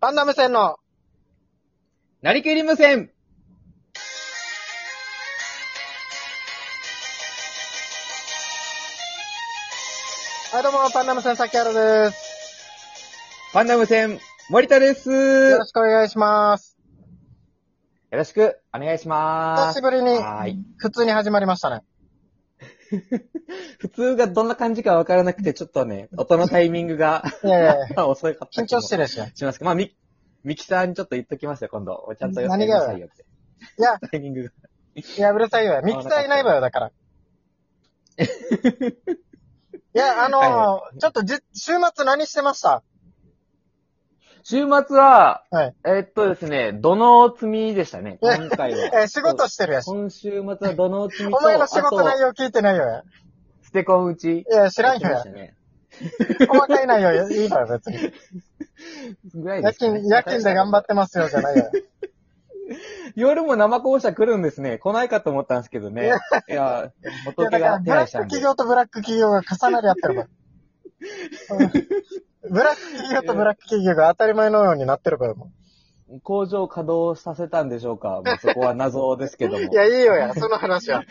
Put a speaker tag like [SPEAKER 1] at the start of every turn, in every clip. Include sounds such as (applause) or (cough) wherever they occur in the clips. [SPEAKER 1] パンダム線の、
[SPEAKER 2] なりきり無線
[SPEAKER 1] はいどうも、パンダム線崎原です。
[SPEAKER 2] パンダ無線森田です
[SPEAKER 1] よ
[SPEAKER 2] よ
[SPEAKER 1] ろしくお願いします。
[SPEAKER 2] ろしくお願いしま
[SPEAKER 1] 久
[SPEAKER 2] ー
[SPEAKER 1] し
[SPEAKER 2] す。
[SPEAKER 1] ぶりに、
[SPEAKER 2] はーい。
[SPEAKER 1] 普通に始まりましたね。
[SPEAKER 2] 普通がどんな感じかわからなくて、ちょっとね、音のタイミングが (laughs)
[SPEAKER 1] いやいや
[SPEAKER 2] 遅かっ
[SPEAKER 1] (laughs)
[SPEAKER 2] た
[SPEAKER 1] 緊張してるし。い
[SPEAKER 2] しますけど、まあ、ミミキサーにちょっと言っときますよ、今度。ちゃんとやって
[SPEAKER 1] 何
[SPEAKER 2] く
[SPEAKER 1] が
[SPEAKER 2] ださいよって。
[SPEAKER 1] や、
[SPEAKER 2] タイミングが。
[SPEAKER 1] いや、うるさいよ。ミキサーいないわよ、だから。いや、あのー
[SPEAKER 2] はい
[SPEAKER 1] ちょっとじ、週末何してました
[SPEAKER 2] 週末は、
[SPEAKER 1] はい
[SPEAKER 2] えーっとですね、土の積みでしたね、
[SPEAKER 1] え
[SPEAKER 2] 今回は。
[SPEAKER 1] えー仕事してるやし。
[SPEAKER 2] 今週末は土の積みと、
[SPEAKER 1] お前の仕事内
[SPEAKER 2] あと、
[SPEAKER 1] 容聞いてないよや。
[SPEAKER 2] ステコン打ち。
[SPEAKER 1] いや、知らんよ
[SPEAKER 2] やってま
[SPEAKER 1] や
[SPEAKER 2] し。たね。
[SPEAKER 1] 細かい内容いいわよ、別に。
[SPEAKER 2] ぐらい
[SPEAKER 1] 夜
[SPEAKER 2] ですか
[SPEAKER 1] 勤、
[SPEAKER 2] ね
[SPEAKER 1] 夜勤で頑張ってますよ、じゃないよ。
[SPEAKER 2] 夜も生校舎来るんですね。来ないかと思ったんですけどね。いや、
[SPEAKER 1] いやだ
[SPEAKER 2] 仏
[SPEAKER 1] から、
[SPEAKER 2] が
[SPEAKER 1] ブ
[SPEAKER 2] 手
[SPEAKER 1] ラ
[SPEAKER 2] 配
[SPEAKER 1] ック
[SPEAKER 2] したんで
[SPEAKER 1] 企。業とブラック企業が重なり合ってる分。うんブラック企業とブラック企業が当たり前のようになってる分。も
[SPEAKER 2] 工場稼働させたんでしょうかもうそこは謎ですけども。
[SPEAKER 1] ういや、いいよや、その話は。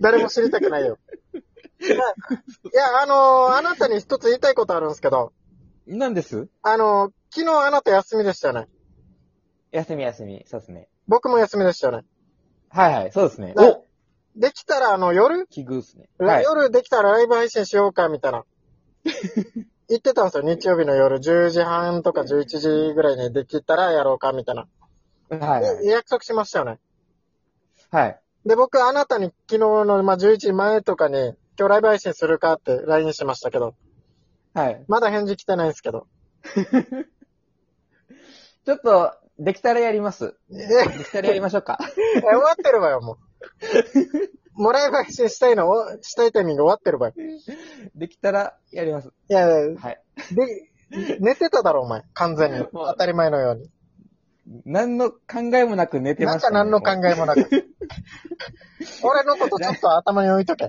[SPEAKER 1] 誰も知りたくないよ。いや、いやあのーあなたに一つ言いたいことあるんですけど、
[SPEAKER 2] なんです
[SPEAKER 1] あのー昨日あなた休みでしたよね。
[SPEAKER 2] 休み休み。そうですね。
[SPEAKER 1] 僕も休みでしたよね。
[SPEAKER 2] はいはい、そうですね。
[SPEAKER 1] はい
[SPEAKER 2] お
[SPEAKER 1] できたら、あの、夜、
[SPEAKER 2] 奇遇ですね。はい。
[SPEAKER 1] 夜できたらライブ配信しようか、みたい
[SPEAKER 2] (laughs)
[SPEAKER 1] な。言ってたんですよ。日曜日の夜10時半とか11時ぐらいにできたらやろうか、みたいな。
[SPEAKER 2] はいはい。
[SPEAKER 1] 約束しましたよね。
[SPEAKER 2] はい。
[SPEAKER 1] で、僕、あなたに昨日の、まあ、11時前とかに、今日ライブ配信するかって LINE しましたけど、
[SPEAKER 2] はい。
[SPEAKER 1] まだ返事来てないんですけど。
[SPEAKER 2] ちょっと、できたらやります。
[SPEAKER 1] え、
[SPEAKER 2] できたらやりましょうか。 (laughs)
[SPEAKER 1] 終わってるわよ、もう。もうライブ配信したいの、おしたいタイミング終わってるわよ。
[SPEAKER 2] できたらやります。
[SPEAKER 1] いや、で、
[SPEAKER 2] はい。
[SPEAKER 1] 寝てただろ、お前。完全に。
[SPEAKER 2] もう
[SPEAKER 1] 当たり前のように。
[SPEAKER 2] 何の考えもなく寝て
[SPEAKER 1] な
[SPEAKER 2] ま
[SPEAKER 1] ん
[SPEAKER 2] した、
[SPEAKER 1] か
[SPEAKER 2] ね。
[SPEAKER 1] 何の考えもなく。
[SPEAKER 2] (laughs)
[SPEAKER 1] 俺のことちょっと頭に置いとけ。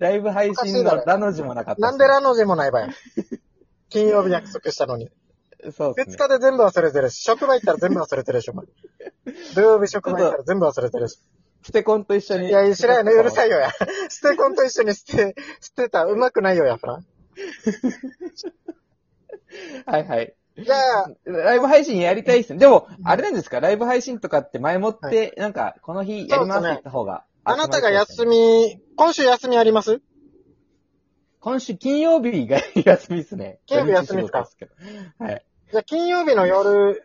[SPEAKER 2] ライブ配信のラの字もなかったっすね、
[SPEAKER 1] なんでラの字もないわ
[SPEAKER 2] (laughs)
[SPEAKER 1] よ。金曜日約束したのに。
[SPEAKER 2] そうです
[SPEAKER 1] 2
[SPEAKER 2] ね。
[SPEAKER 1] 日で全部忘れてるし、職場行ったら全部忘れてるし、お前。土曜日職場行ったら全部忘れてるし。
[SPEAKER 2] ステコンと一緒に。
[SPEAKER 1] いや、知らんよね、うるさい
[SPEAKER 2] よ。
[SPEAKER 1] よや。ステコンと一緒に捨て、捨てた、うまくないよやから。
[SPEAKER 2] (laughs) はいはい。
[SPEAKER 1] じゃあ、
[SPEAKER 2] ライブ配信やりたいっすね。でも、あれなんですかライブ配信とかって前もって、
[SPEAKER 1] は
[SPEAKER 2] なんか、この日やりますって言った方が、
[SPEAKER 1] あなたが休
[SPEAKER 2] み。
[SPEAKER 1] み、今週休みあります
[SPEAKER 2] 今週金曜日が休みっすね。
[SPEAKER 1] 金曜日休みっすか
[SPEAKER 2] 土日仕事ですけどはい。
[SPEAKER 1] じゃあ、金曜日の夜、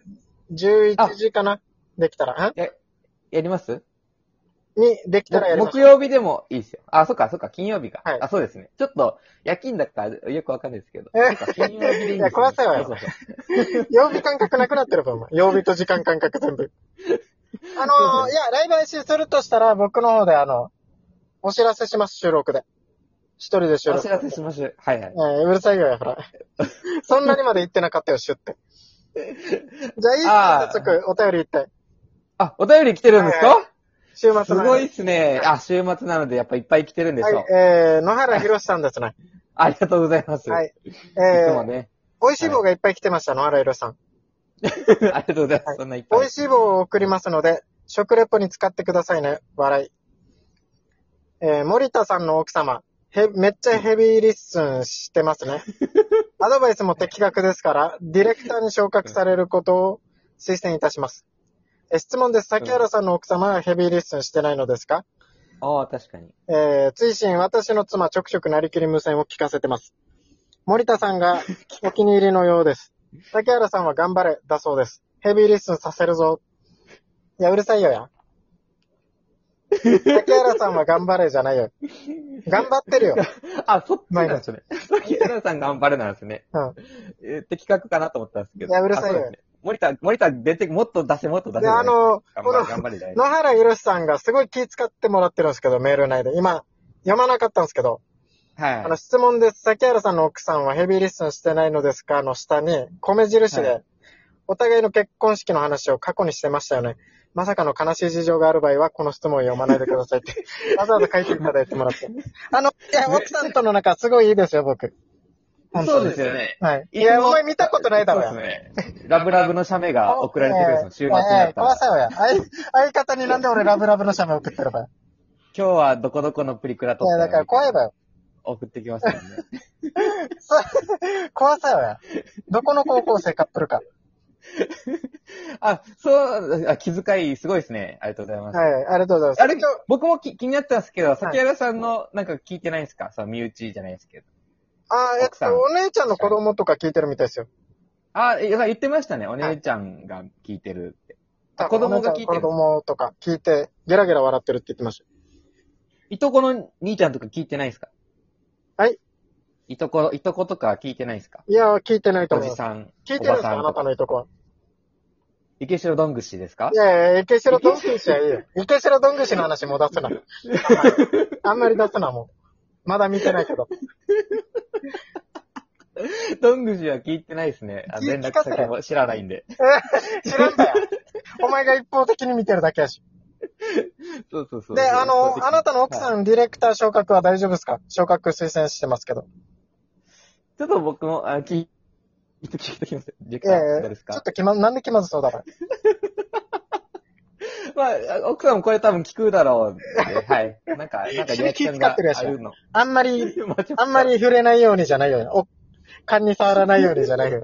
[SPEAKER 1] 11時かなできたら、ん
[SPEAKER 2] やります
[SPEAKER 1] に、できたらやります
[SPEAKER 2] 木。曜日でもいいっすよ。あ、そっかそっか、金曜日か。
[SPEAKER 1] はい
[SPEAKER 2] あ、そうですね。ちょっと、夜勤だからよくわかんないですけど。
[SPEAKER 1] え
[SPEAKER 2] そっか金曜日でいい
[SPEAKER 1] い
[SPEAKER 2] んです、ね。
[SPEAKER 1] や壊せよ
[SPEAKER 2] そうそうそう
[SPEAKER 1] 曜日感覚なくなってるから、お前
[SPEAKER 2] (laughs)
[SPEAKER 1] 曜日と時間感覚全部。あのーいや、ライブ配信するとしたら、僕の方であの、お知らせします、収録で。一人で収録。
[SPEAKER 2] お知らせしましょう。はいはい
[SPEAKER 1] え。ーうるさいよ、や
[SPEAKER 2] (laughs)
[SPEAKER 1] から。そんなにまで言ってなかったよ、シュって。じゃあ、いいっす
[SPEAKER 2] あー
[SPEAKER 1] か早速、お便り言って。
[SPEAKER 2] あ、お便り来てるんですか、
[SPEAKER 1] はい週末の。
[SPEAKER 2] すごいっすね。あ、週末なのでやっぱいっぱい来てるんでしょう。
[SPEAKER 1] はい、えー、野原博さんですね。
[SPEAKER 2] ありがとうございます。。
[SPEAKER 1] はいい。え
[SPEAKER 2] つも
[SPEAKER 1] ー、
[SPEAKER 2] ね。
[SPEAKER 1] 美味しい棒がいっぱい来てました、野原博さん。
[SPEAKER 2] (laughs) ありがとうございま
[SPEAKER 1] はい
[SPEAKER 2] す。そんないっぱい
[SPEAKER 1] 美味。しい棒を送りますので、食レポに使ってくださいね、笑い。えー、森田さんの奥様、へ、めっちゃヘビーリッスンしてますね。アドバイスも的確ですから、ディレクターに昇格されることを推薦いたします。えー、質問です。
[SPEAKER 2] ん
[SPEAKER 1] 崎原さんの奥様はヘビーリッスンしてないのですか
[SPEAKER 2] ああ、確かに。
[SPEAKER 1] えー、追伸、私の妻、ちょくちょくなりきり無線を聞かせてます。森田さん
[SPEAKER 2] (laughs)
[SPEAKER 1] がお気に入りのようです。竹原さんは頑張れ、だそうです。ヘビーリッスンさせるぞ。いや、うるさいよ
[SPEAKER 2] (laughs)
[SPEAKER 1] や。竹原さんは頑張れじゃないよ。頑張ってるよ。
[SPEAKER 2] あ、そっちなんですね。崎原さん頑張れなんですね。
[SPEAKER 1] うん。
[SPEAKER 2] えー、的確かなと思ったんですけど。
[SPEAKER 1] いやうるさいよ
[SPEAKER 2] あそうですね。森田、森田出て、もっと出せ、もっと出せ。
[SPEAKER 1] で、あの、
[SPEAKER 2] 頑
[SPEAKER 1] こ
[SPEAKER 2] 張れ、
[SPEAKER 1] の、
[SPEAKER 2] 頑張れ、大
[SPEAKER 1] 野
[SPEAKER 2] 丈
[SPEAKER 1] 原ゆるしさんがすごい気遣ってもらってるんですけど、メール内で。今、読まなかったんですけど、
[SPEAKER 2] 夫。はい。
[SPEAKER 1] あの、質問です。崎原さんの奥さんはヘビーリッスンしてないのですかの下に、米印
[SPEAKER 2] は
[SPEAKER 1] で、お互いの結婚式の話を過去にしてましたよね。まさかの悲しい事情がある場合は、この質問を読まないでください
[SPEAKER 2] (laughs)
[SPEAKER 1] って、わざわざ書いていただいてもらって。あの、いや、奥さんとの仲すごいいいですよ、僕。本当
[SPEAKER 2] そ
[SPEAKER 1] に
[SPEAKER 2] うですよね。
[SPEAKER 1] はい。いや、お前見たことないだろうや。
[SPEAKER 2] そうですね。ラブラブの写メが送られてくるんですよ、週末に
[SPEAKER 1] ええ
[SPEAKER 2] な
[SPEAKER 1] ええ
[SPEAKER 2] った
[SPEAKER 1] 怖
[SPEAKER 2] ら。
[SPEAKER 1] さよや。相相方になんで俺ラブラブの写メ送ってる
[SPEAKER 2] (laughs)
[SPEAKER 1] ばよ。
[SPEAKER 2] 今日はどこどこのプリクラ
[SPEAKER 1] い
[SPEAKER 2] 撮った
[SPEAKER 1] や、
[SPEAKER 2] よ
[SPEAKER 1] だから怖いばよ。
[SPEAKER 2] 送ってきましたもんね。
[SPEAKER 1] そ怖さよや。どこの高校生カップルか。
[SPEAKER 2] (laughs) あ、そう、あ気遣いすごいですね。ありがとうございます。
[SPEAKER 1] はい、ありがとうございます。
[SPEAKER 2] あれ
[SPEAKER 1] 今日、
[SPEAKER 2] 僕もき気になってたんですけど、崎原さんのなんか聞いてないんですかその身内じゃないですけど。
[SPEAKER 1] あー、えっ
[SPEAKER 2] 奥さん
[SPEAKER 1] と、お姉ちゃんの子供とか聞いてるみたいですよ。
[SPEAKER 2] あ、いや言ってましたね。お姉ちゃんが聞いてるって。あ子供が聞いてる
[SPEAKER 1] 子供とか聞いて、ゲラゲラ笑ってるって言ってました。
[SPEAKER 2] いとこの兄ちゃんとか聞いてないですか
[SPEAKER 1] はい。
[SPEAKER 2] いとこ、いとことか聞いてないですか
[SPEAKER 1] いや、聞いてないと
[SPEAKER 2] お
[SPEAKER 1] 思い
[SPEAKER 2] じ
[SPEAKER 1] ます。
[SPEAKER 2] さん。
[SPEAKER 1] 聞いてるんで
[SPEAKER 2] おば
[SPEAKER 1] す
[SPEAKER 2] さ
[SPEAKER 1] かあ
[SPEAKER 2] ん
[SPEAKER 1] な
[SPEAKER 2] と
[SPEAKER 1] た
[SPEAKER 2] か。
[SPEAKER 1] のいとこは。
[SPEAKER 2] 池城どんぐしですか
[SPEAKER 1] いやいや、池城どんぐしはいい
[SPEAKER 2] (laughs)
[SPEAKER 1] よ。池城どんぐしの話もう出すな。あんまり出すな、もう。まだ見てないけど。
[SPEAKER 2] どんぐしは聞いてないですね。あ
[SPEAKER 1] 聞い
[SPEAKER 2] 連絡先も知らないんで。
[SPEAKER 1] 知らんだよ。お前が一方的に見てるだけやし。
[SPEAKER 2] そうそうそう。
[SPEAKER 1] で、あの、あなたの奥
[SPEAKER 2] ん。
[SPEAKER 1] さん、ディレクター昇格は大丈夫ですか昇格推薦してますけど。
[SPEAKER 2] ちょっと僕も、あ、聞い聞いて、聞いてきます。ジェク
[SPEAKER 1] い
[SPEAKER 2] さ
[SPEAKER 1] やい
[SPEAKER 2] ん、
[SPEAKER 1] や
[SPEAKER 2] どうです
[SPEAKER 1] ちょっ
[SPEAKER 2] か
[SPEAKER 1] と気ま、なんで気まずそうだろ。
[SPEAKER 2] まあ、あ奥さんもこれ多分聞くだろうって。はい。なんか、なん
[SPEAKER 1] (laughs)
[SPEAKER 2] か
[SPEAKER 1] 一緒に気使ってるやつ
[SPEAKER 2] リアクションが
[SPEAKER 1] あんま
[SPEAKER 2] あ
[SPEAKER 1] り、
[SPEAKER 2] (laughs) るの。
[SPEAKER 1] あんまり触れないようにじゃないよ。お、勘に触らないようにじゃないよ。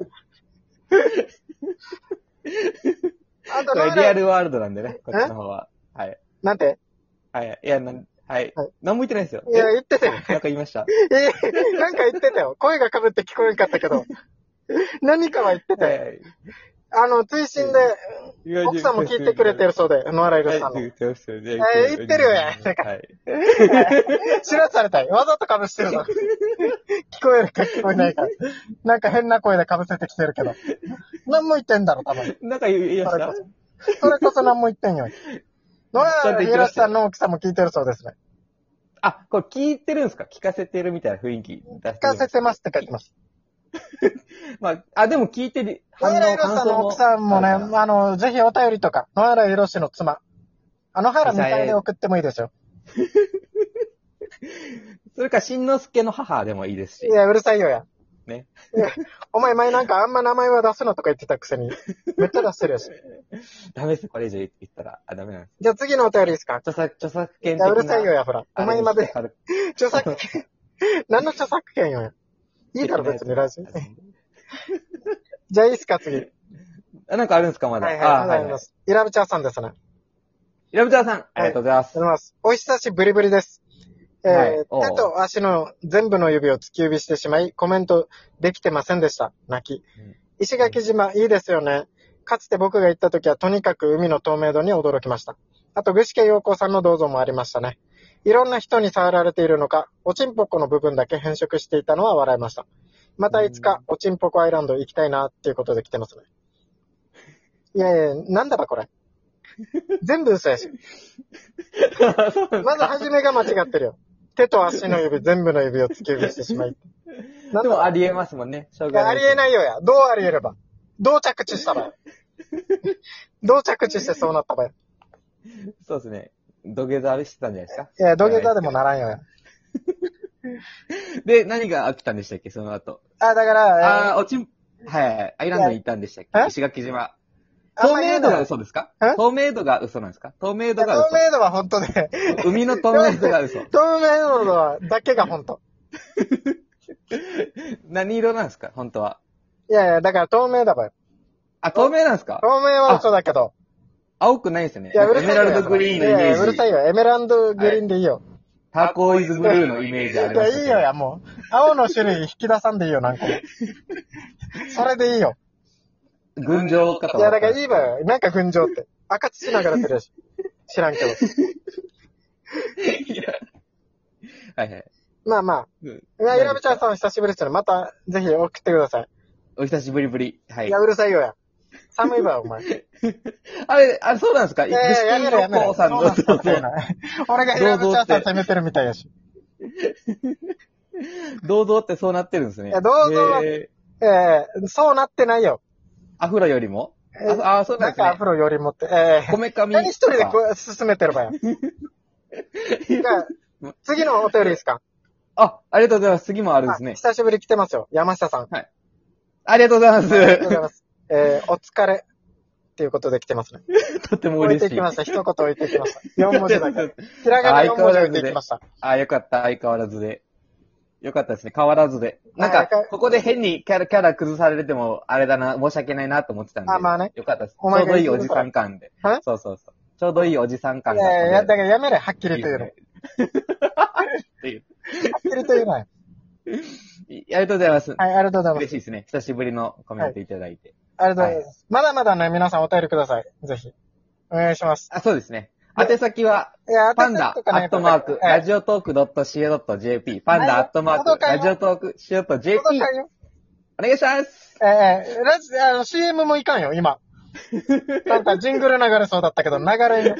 [SPEAKER 1] あんた
[SPEAKER 2] これ
[SPEAKER 1] 何
[SPEAKER 2] リ
[SPEAKER 1] だ
[SPEAKER 2] アルワールドなんでね、こっちの方は。はい。
[SPEAKER 1] なんて
[SPEAKER 2] はい。いや、なん、はい
[SPEAKER 1] はい。
[SPEAKER 2] 何も言ってないですよ。
[SPEAKER 1] いや、言ってたよ。
[SPEAKER 2] えなんか言いました。
[SPEAKER 1] えなんか言ってたよ。声が被って聞こえんかったけど。何かは言ってたよ。
[SPEAKER 2] はい
[SPEAKER 1] あの、追伸で、奥さんも聞いてくれてるそうで、ノアライル
[SPEAKER 2] は
[SPEAKER 1] ス
[SPEAKER 2] い、
[SPEAKER 1] さんの。
[SPEAKER 2] 言ってるよ。
[SPEAKER 1] えー言ってるよね
[SPEAKER 2] はいはい。
[SPEAKER 1] 知らされたい。わざと被してるの。聞こえるか聞こえないか。なんか変な声で被せてきてるけど。何も言ってんだろ、多分。
[SPEAKER 2] なんか言いま
[SPEAKER 1] そ
[SPEAKER 2] し
[SPEAKER 1] れこ
[SPEAKER 2] た
[SPEAKER 1] そ。それこそ何も言ってんよ。ノアライルスさんの奥さんも聞いてるそうですね。
[SPEAKER 2] あ、これ聞いてるんですか聞かせてるみたいな雰囲気出し
[SPEAKER 1] 聞
[SPEAKER 2] てる
[SPEAKER 1] かせてますって書いてます。
[SPEAKER 2] まあ、あ、でも聞いてる。
[SPEAKER 1] ノアライルスさんの奥さんもね、
[SPEAKER 2] あるから
[SPEAKER 1] あの、ぜひお便りとか、ノアライルスの妻。あの原みたいで送ってもいいですよ。
[SPEAKER 2] それか、しんのすけの母でもいいですし
[SPEAKER 1] い。や、うるさいよや。
[SPEAKER 2] ね
[SPEAKER 1] いや。お前前なんかあんま名前は出すなとか言ってたくせに。めっちゃ出してるやし。
[SPEAKER 2] ダメです、これ以上言ったら。あ、ダメなんです。
[SPEAKER 1] じゃあ次のお便りいいですか
[SPEAKER 2] 著作、著作
[SPEAKER 1] い
[SPEAKER 2] 権的な。
[SPEAKER 1] や、うるさいよや、ほら。お前まで、
[SPEAKER 2] あれに
[SPEAKER 1] 著作権、何の著作権よや。いいだろ、別に、ラジオ
[SPEAKER 2] 惹。かれ。
[SPEAKER 1] じゃあいいっすか、次。はい
[SPEAKER 2] あなんかあるんですか、まだ。
[SPEAKER 1] はい、
[SPEAKER 2] あ、
[SPEAKER 1] ありがとう
[SPEAKER 2] は
[SPEAKER 1] ござ
[SPEAKER 2] い
[SPEAKER 1] い
[SPEAKER 2] は
[SPEAKER 1] ま
[SPEAKER 2] い。
[SPEAKER 1] す。イラブチャーさんですね。あり
[SPEAKER 2] イラブチャーさん、ありがとうございま
[SPEAKER 1] がと
[SPEAKER 2] す
[SPEAKER 1] うご。ざいます。お久しぶりぶりです。えー
[SPEAKER 2] はいお
[SPEAKER 1] 手
[SPEAKER 2] う
[SPEAKER 1] と足の全部の指を突き指してしまい、コメントできてませんでした。泣き
[SPEAKER 2] うん。
[SPEAKER 1] 石垣島、いいですよね。かつて僕が行った時は、とにかく海の透明度に驚きました。あと、具志堅陽子さんの銅像もありましたね。いろんな人に触られているのか、おちんぽこの部分だけ変色していたのは笑いました。またいつか、おちんぽこアイランド行きたいな、っていうことで来てますね。いやいや、なんだば
[SPEAKER 2] (laughs)
[SPEAKER 1] これ。全部嘘やし。
[SPEAKER 2] そうなんです
[SPEAKER 1] (laughs) まず初めが間違ってるよ。手と足の指、全部の指を突き指してしまい。なん
[SPEAKER 2] で
[SPEAKER 1] だ
[SPEAKER 2] もありえますもんね、障。
[SPEAKER 1] いやありえないいよや。どうありえれば。どう着地したば
[SPEAKER 2] (laughs)
[SPEAKER 1] よ。どう着地してそうなったばよ。
[SPEAKER 2] そうですね。土下座してたんじゃないですか。
[SPEAKER 1] いや、土下座でもならんよや。
[SPEAKER 2] で、何が起きたんでしたっけ、その後。
[SPEAKER 1] あ、だから、えー
[SPEAKER 2] あー、おちん、はいはい、アイランドに行ったんでしたっ
[SPEAKER 1] え
[SPEAKER 2] け石垣島。
[SPEAKER 1] あん
[SPEAKER 2] 透
[SPEAKER 1] ま言
[SPEAKER 2] 明
[SPEAKER 1] うな
[SPEAKER 2] 度
[SPEAKER 1] よ
[SPEAKER 2] が嘘ですか
[SPEAKER 1] え
[SPEAKER 2] 透明度が嘘なんですか透明度
[SPEAKER 1] いや
[SPEAKER 2] が
[SPEAKER 1] 透明度は本当で、
[SPEAKER 2] 嘘。海の透明度が
[SPEAKER 1] (laughs)
[SPEAKER 2] 嘘。
[SPEAKER 1] 透明度はだけが本当。
[SPEAKER 2] 何色なんですか本当は。
[SPEAKER 1] いやいや、だから透明だばよ。
[SPEAKER 2] あ、透明なんですか
[SPEAKER 1] 透明は嘘だけど。
[SPEAKER 2] 青くないですよね。
[SPEAKER 1] いや、う
[SPEAKER 2] なんか
[SPEAKER 1] るさ
[SPEAKER 2] エ
[SPEAKER 1] い
[SPEAKER 2] メ
[SPEAKER 1] よ
[SPEAKER 2] ラ
[SPEAKER 1] や。
[SPEAKER 2] ルドグリーンのイ
[SPEAKER 1] いやい
[SPEAKER 2] メ
[SPEAKER 1] やうるさ
[SPEAKER 2] ー
[SPEAKER 1] い
[SPEAKER 2] ジ。
[SPEAKER 1] よ。エメラルドグリーンでいいよ。
[SPEAKER 2] ターコイズブルーのイメージあ
[SPEAKER 1] い
[SPEAKER 2] りま
[SPEAKER 1] や、
[SPEAKER 2] す
[SPEAKER 1] いいよや、もう。青の種類引き出さんでいいよ、なんか。それでいいよ。
[SPEAKER 2] 群青か
[SPEAKER 1] い
[SPEAKER 2] と思
[SPEAKER 1] や、だ
[SPEAKER 2] った
[SPEAKER 1] からいいわよ。なんか群青って。赤土流れてるし。知らんけど。
[SPEAKER 2] いやはいはい。
[SPEAKER 1] まあま
[SPEAKER 2] うん
[SPEAKER 1] あ。いや、イラブちゃんさん久しぶりですね。また、ぜひ送ってください。
[SPEAKER 2] お久しぶりぶり。はいい
[SPEAKER 1] や、。うるさいよや。寒いわよ、お前。い
[SPEAKER 2] あれ、あ、そうなんですか
[SPEAKER 1] やいや、やめろ、やめろ。
[SPEAKER 2] さんの、そう
[SPEAKER 1] そ
[SPEAKER 2] そうう
[SPEAKER 1] なんだ俺がイラブちゃんさん責めてるみたいやし。
[SPEAKER 2] 銅像ってそうなってるんですね。
[SPEAKER 1] いや銅像は
[SPEAKER 2] え
[SPEAKER 1] ええそうなってないよ。
[SPEAKER 2] ーアフロよりも
[SPEAKER 1] えー
[SPEAKER 2] あ、あそうな
[SPEAKER 1] なん
[SPEAKER 2] んですね
[SPEAKER 1] かア。フロよりもって。ええ
[SPEAKER 2] こめかみ。
[SPEAKER 1] 何一人でこう進めてるばよ。じゃあ次のお便りですか
[SPEAKER 2] あ、ありがとうございます。次もあるんです
[SPEAKER 1] あ
[SPEAKER 2] ね。
[SPEAKER 1] 久しぶり来てますよ。山
[SPEAKER 2] (laughs)
[SPEAKER 1] 下さん。あ
[SPEAKER 2] ありがとうございま
[SPEAKER 1] りがとうござい
[SPEAKER 2] す。
[SPEAKER 1] ます。えー、お疲れ。っていうことで来てますね。
[SPEAKER 2] (laughs) とても
[SPEAKER 1] 置い
[SPEAKER 2] 嬉
[SPEAKER 1] て
[SPEAKER 2] し
[SPEAKER 1] き
[SPEAKER 2] い。
[SPEAKER 1] ました。一言置いてきま
[SPEAKER 2] (laughs)
[SPEAKER 1] した。4文字だけ。ひらがな
[SPEAKER 2] 相
[SPEAKER 1] 4
[SPEAKER 2] 変
[SPEAKER 1] 文
[SPEAKER 2] わ
[SPEAKER 1] 字置
[SPEAKER 2] ら
[SPEAKER 1] い
[SPEAKER 2] ず
[SPEAKER 1] て
[SPEAKER 2] で
[SPEAKER 1] きました。
[SPEAKER 2] あ、よかった。相変わらずで。よかったですね。変わらずで。なんか
[SPEAKER 1] はい、
[SPEAKER 2] ここで変にキャラ、キャラ崩されても、あれだな、申し訳ないなと思ってたんで。
[SPEAKER 1] あまあね
[SPEAKER 2] よかったです。ち
[SPEAKER 1] お
[SPEAKER 2] ょ
[SPEAKER 1] 前
[SPEAKER 2] う
[SPEAKER 1] が
[SPEAKER 2] どいい
[SPEAKER 1] 言っ
[SPEAKER 2] お
[SPEAKER 1] て
[SPEAKER 2] じ
[SPEAKER 1] るから
[SPEAKER 2] さん感で
[SPEAKER 1] は。
[SPEAKER 2] そうそうそう。ちょうどいいおじさん
[SPEAKER 1] い
[SPEAKER 2] 感がここで。
[SPEAKER 1] やいや、だからやめろよ。はっき
[SPEAKER 2] い
[SPEAKER 1] り
[SPEAKER 2] い
[SPEAKER 1] と
[SPEAKER 2] で
[SPEAKER 1] 言
[SPEAKER 2] す
[SPEAKER 1] うの。は
[SPEAKER 2] ね
[SPEAKER 1] っきりと言う
[SPEAKER 2] (laughs)
[SPEAKER 1] なよ。
[SPEAKER 2] いありがとうございます。
[SPEAKER 1] はい、ありがとうございます
[SPEAKER 2] 嬉。しいですね。久しぶりのコメントいただいて。
[SPEAKER 1] ありがとうございます。まだまだね、皆さんお便りください。ぜひ。お願いします。
[SPEAKER 2] あ、そうですね。
[SPEAKER 1] で
[SPEAKER 2] 宛先は、
[SPEAKER 1] いや、
[SPEAKER 2] パンダ、
[SPEAKER 1] 私と
[SPEAKER 2] ア
[SPEAKER 1] かね
[SPEAKER 2] ットマーク、ラ
[SPEAKER 1] はい
[SPEAKER 2] ジオトーク .co.jp、パンダ、アットマー
[SPEAKER 1] 届
[SPEAKER 2] ク、
[SPEAKER 1] かよ
[SPEAKER 2] ラジオトーク .co.jp、
[SPEAKER 1] 届かんよ
[SPEAKER 2] お願いします
[SPEAKER 1] ええラジ、あの、CM もいかんよ、
[SPEAKER 2] (laughs)
[SPEAKER 1] 今。なんか、ジングル流れそうだったけど、流れ
[SPEAKER 2] (laughs)
[SPEAKER 1] んよ。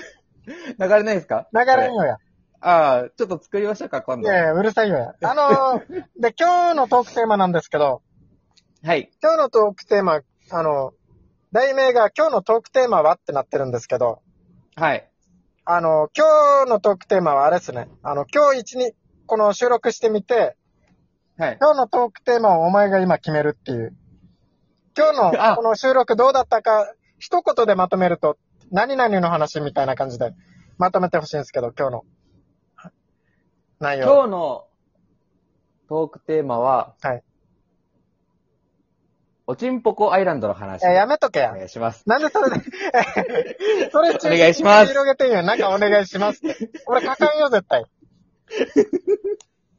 [SPEAKER 2] 流れないですか
[SPEAKER 1] 流れんよや。
[SPEAKER 2] ああ、ちょっと作りましょうか、今
[SPEAKER 1] い
[SPEAKER 2] 度。
[SPEAKER 1] やいや、うるさいよや。あの
[SPEAKER 2] (laughs)
[SPEAKER 1] ー、で、今日のトークテーマなんですけど、
[SPEAKER 2] はい。
[SPEAKER 1] 今日のトークテーマ、あの、題名が今日のトークテーマはってなってるんですけど、
[SPEAKER 2] はい。
[SPEAKER 1] あの、今日のトークテーマはあれですね。あの、今日一に、この収録してみて、
[SPEAKER 2] はい。
[SPEAKER 1] 今日のトークテーマをお前が今決めるっていう。今日の
[SPEAKER 2] あ
[SPEAKER 1] この収録どうだったか、一言でまとめると、何々の話みたいな感じで、まとめてほしいんですけど、今日の。内容。
[SPEAKER 2] 今日のトークテーマは、
[SPEAKER 1] はい。
[SPEAKER 2] おちんぽこアイランドの話。
[SPEAKER 1] えやめとけや
[SPEAKER 2] お。願いします。
[SPEAKER 1] なんでそれで、 (laughs) それ中
[SPEAKER 2] お願いします
[SPEAKER 1] 広げてんやん。なんかお願いしますって。俺書かんよ、絶対。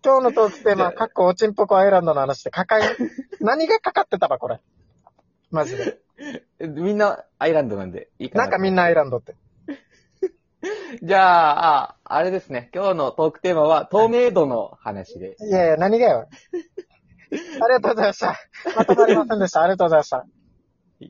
[SPEAKER 1] 今日のトークテーマ、かっこおちんぽこアイランドの話で書かんよ。何がかかってたば、これ。マジで。
[SPEAKER 2] えみんなアイランドなんで、いいかな。
[SPEAKER 1] なんかみんなアイランドって。
[SPEAKER 2] じゃあ、ああれですね。今日のトークテーマは、透明度の話で。
[SPEAKER 1] いやいや、何がよ。ありがとうございました。まとまりませんでした。ありがとうございました。